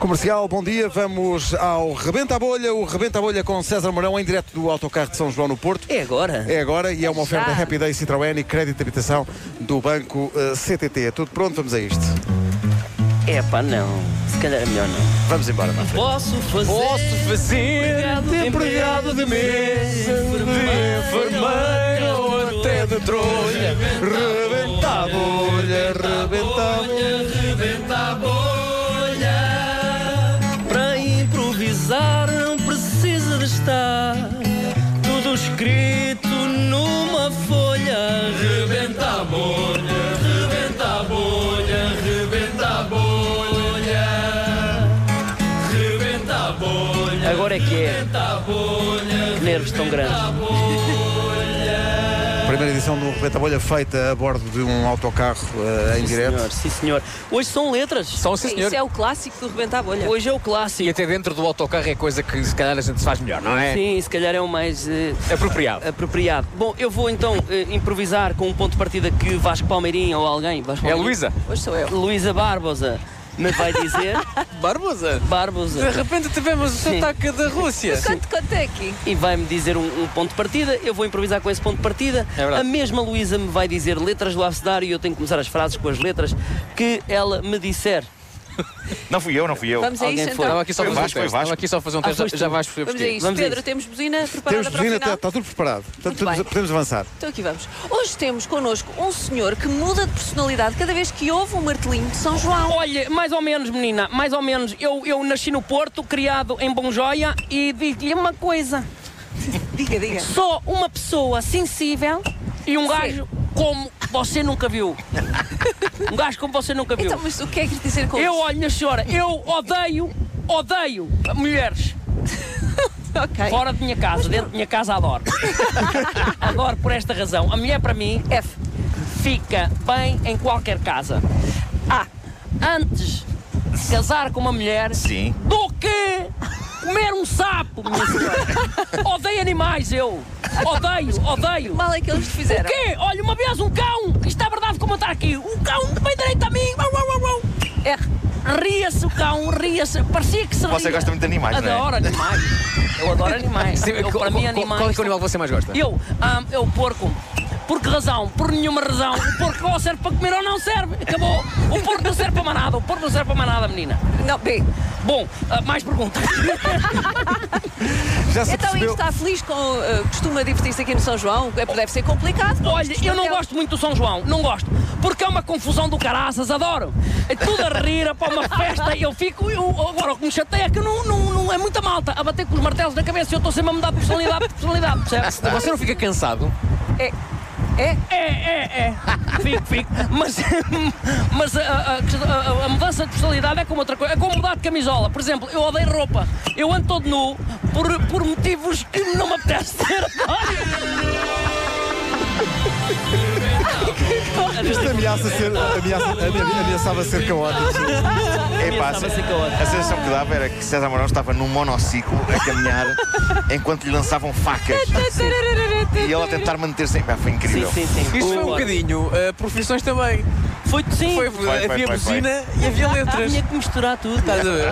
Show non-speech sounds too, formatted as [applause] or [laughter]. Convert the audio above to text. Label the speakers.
Speaker 1: Comercial, bom dia. Vamos ao Rebenta a Bolha. O Rebenta a Bolha com César Mourão em direto do autocarro de São João no Porto.
Speaker 2: É agora.
Speaker 1: É agora e é uma oferta
Speaker 3: Já.
Speaker 1: Happy Day Citroën e crédito de habitação do Banco eh, CTT. Tudo pronto? Vamos a isto.
Speaker 2: É pá, não. Se calhar é melhor não.
Speaker 1: Vamos embora, Manfred.
Speaker 2: Posso fazer.
Speaker 4: Posso fazer de empregado
Speaker 2: empregado
Speaker 4: de mesa, de enfermeiro ou até de trolha.
Speaker 1: Rebenta a bolha, rebenta a bolha.
Speaker 2: Rebenta a bolha. Para improvisar não precisa de estar tudo escrito numa folha. Rebenta a bolha, rebenta a bolha, rebenta a bolha. Rebenta a bolha. Agora é que é. Que nervos tão grandes.
Speaker 1: Primeira edição do Rebenta a Bolha feita a bordo de um autocarro eh, em
Speaker 2: Sim,
Speaker 1: direto.
Speaker 2: senhor, sim, senhor. Hoje são letras.
Speaker 4: São, um sim, senhor.
Speaker 3: Isso é o clássico do rebentar a bolha.
Speaker 2: Hoje é o
Speaker 4: E
Speaker 2: clássico.
Speaker 4: até dentro do autocarro é coisa que se calhar a gente se faz melhor, não é?
Speaker 2: Sim, se calhar é o mais. eh,
Speaker 4: Apropriado.
Speaker 2: apropriado. Bom, eu vou então eh, improvisar com um ponto de partida que Vasco Palmeirinho ou alguém. Vasco
Speaker 4: É a
Speaker 2: Palmeirim-
Speaker 4: Luísa?
Speaker 3: Hoje sou eu.
Speaker 2: Luísa Barbosa me vai
Speaker 4: [laughs]
Speaker 2: dizer.
Speaker 4: Barbosa.
Speaker 2: Barbosa.
Speaker 4: repente tivemos
Speaker 2: Sim.
Speaker 4: ataque da Rússia.
Speaker 3: Quanto quanto é aqui?
Speaker 2: E vai-me dizer um, um ponto de partida, eu vou improvisar com esse ponto de partida.
Speaker 4: É verdade.
Speaker 2: a mesma Luísa me vai dizer letras do abecedário e eu tenho que começar as frases com as letras que ela me disser.
Speaker 5: Não fui eu, não fui eu.
Speaker 3: Vamos a
Speaker 2: Alguém
Speaker 3: isto
Speaker 2: foi.
Speaker 4: Estava
Speaker 3: então.
Speaker 4: aqui só a
Speaker 5: Foi
Speaker 4: fazer um teste.
Speaker 5: Vasco, foi Vasco.
Speaker 4: Estava aqui só a fazer um
Speaker 2: Ah,
Speaker 4: teste.
Speaker 2: foste
Speaker 4: Já
Speaker 2: tu.
Speaker 4: vais perceber
Speaker 3: Vamos a
Speaker 4: porquê.
Speaker 3: isto.
Speaker 2: Vamos a
Speaker 3: Pedro,
Speaker 2: isto.
Speaker 3: temos buzina preparada
Speaker 1: Temos
Speaker 3: para o
Speaker 1: buzina, tá,
Speaker 3: final.
Speaker 1: está, está tudo preparado. Portanto,
Speaker 3: Muito bem.
Speaker 1: podemos, podemos avançar.
Speaker 3: Então aqui vamos. Hoje temos connosco um senhor que muda de personalidade cada vez que ouve um martelinho de São João.
Speaker 2: Olha, mais ou menos, menina, mais ou menos. Eu, eu nasci no Porto, criado em Bonjoia, e digo-lhe uma coisa.
Speaker 3: Diga, diga.
Speaker 2: Só uma pessoa sensível e um gajo como você nunca
Speaker 3: [laughs]
Speaker 2: viu. Um gajo como você nunca viu.
Speaker 3: Então, mas o que é que quer dizer com
Speaker 2: eu
Speaker 3: isso?
Speaker 2: olho na senhora, eu odeio, odeio mulheres
Speaker 3: Ok.
Speaker 2: fora de minha casa, dentro de minha casa
Speaker 3: [laughs]
Speaker 2: adoro. adoro por esta razão. A mulher para mim
Speaker 3: F.
Speaker 2: fica bem em qualquer casa. Ah, antes de casar com uma mulher
Speaker 5: Sim.
Speaker 2: do que comer um sapo, minha senhora.
Speaker 3: [laughs]
Speaker 2: odeio animais, eu. Odeio, odeio.
Speaker 3: Mal é que eles te fizeram.
Speaker 2: quê? Olha, uma vez um cão, isto é verdade como eu está aqui, um cão vem direito a mim, uau, uau, uau, uau.
Speaker 3: R.
Speaker 2: ria-se o cão, ria-se, parecia que se ria.
Speaker 5: Você gosta muito de animais, não é?
Speaker 2: Adoro animais, eu adoro animais.
Speaker 4: Sim,
Speaker 2: eu,
Speaker 4: qual-
Speaker 2: para mim,
Speaker 4: qual-
Speaker 2: animais...
Speaker 4: Qual é que
Speaker 2: são-
Speaker 4: o animal você mais gosta?
Speaker 2: Eu, ah, eu porco. Por que razão? Por nenhuma razão. O porco ou serve para comer ou não serve. Acabou. O porco não serve para mais nada. O porco não serve para mais nada, menina.
Speaker 3: Não, B.
Speaker 2: Bom, ah, mais perguntas.
Speaker 1: Já se
Speaker 3: Então, e
Speaker 1: percebeu.
Speaker 3: está feliz com. uh, costuma divertir-se aqui no São João? É, Deve ser complicado.
Speaker 2: Olha, eu não
Speaker 3: Então,
Speaker 2: gosto muito do São João, não gosto. Porque é uma confusão do caraças, adoro. É tudo a rir, é para uma festa, eu fico. Eu, agora, o que me chateia é que não, não, não é muita malta a bater com os martelos na cabeça e eu estou sempre a mudar de personalidade, de personalidade, percebes?
Speaker 4: Você não fica cansado?
Speaker 3: É. É.
Speaker 2: É, é, é. Fico, fico. Mas, [laughs] mas ah, a, a- ah, a- a mudança de personalidade é como outra coisa. É como mudar de camisola. Por exemplo, eu odeio roupa. Eu ando todo nu por, por motivos que não me apetece ter.
Speaker 1: Isto ameaça ser, ameaça, ame- ameaçava ser caótico.
Speaker 2: Estava
Speaker 5: Epá, a
Speaker 2: assim com a outra.
Speaker 5: a sensação que dava era que César Mourão estava num monociclo
Speaker 2: [laughs]
Speaker 5: a caminhar enquanto lhe lançavam facas e ele a tentar manter-se em pé. Foi incrível.
Speaker 2: sim.
Speaker 4: Isto
Speaker 2: Vou
Speaker 4: foi um
Speaker 2: embora.
Speaker 4: bocadinho uh, profissões também.
Speaker 2: Foi sim.
Speaker 4: Foi,
Speaker 5: foi,
Speaker 4: havia
Speaker 5: foi, foi.
Speaker 4: buzina e havia
Speaker 2: Ah,
Speaker 4: letras.
Speaker 2: Tinha que misturar tudo.
Speaker 4: Estás a ver?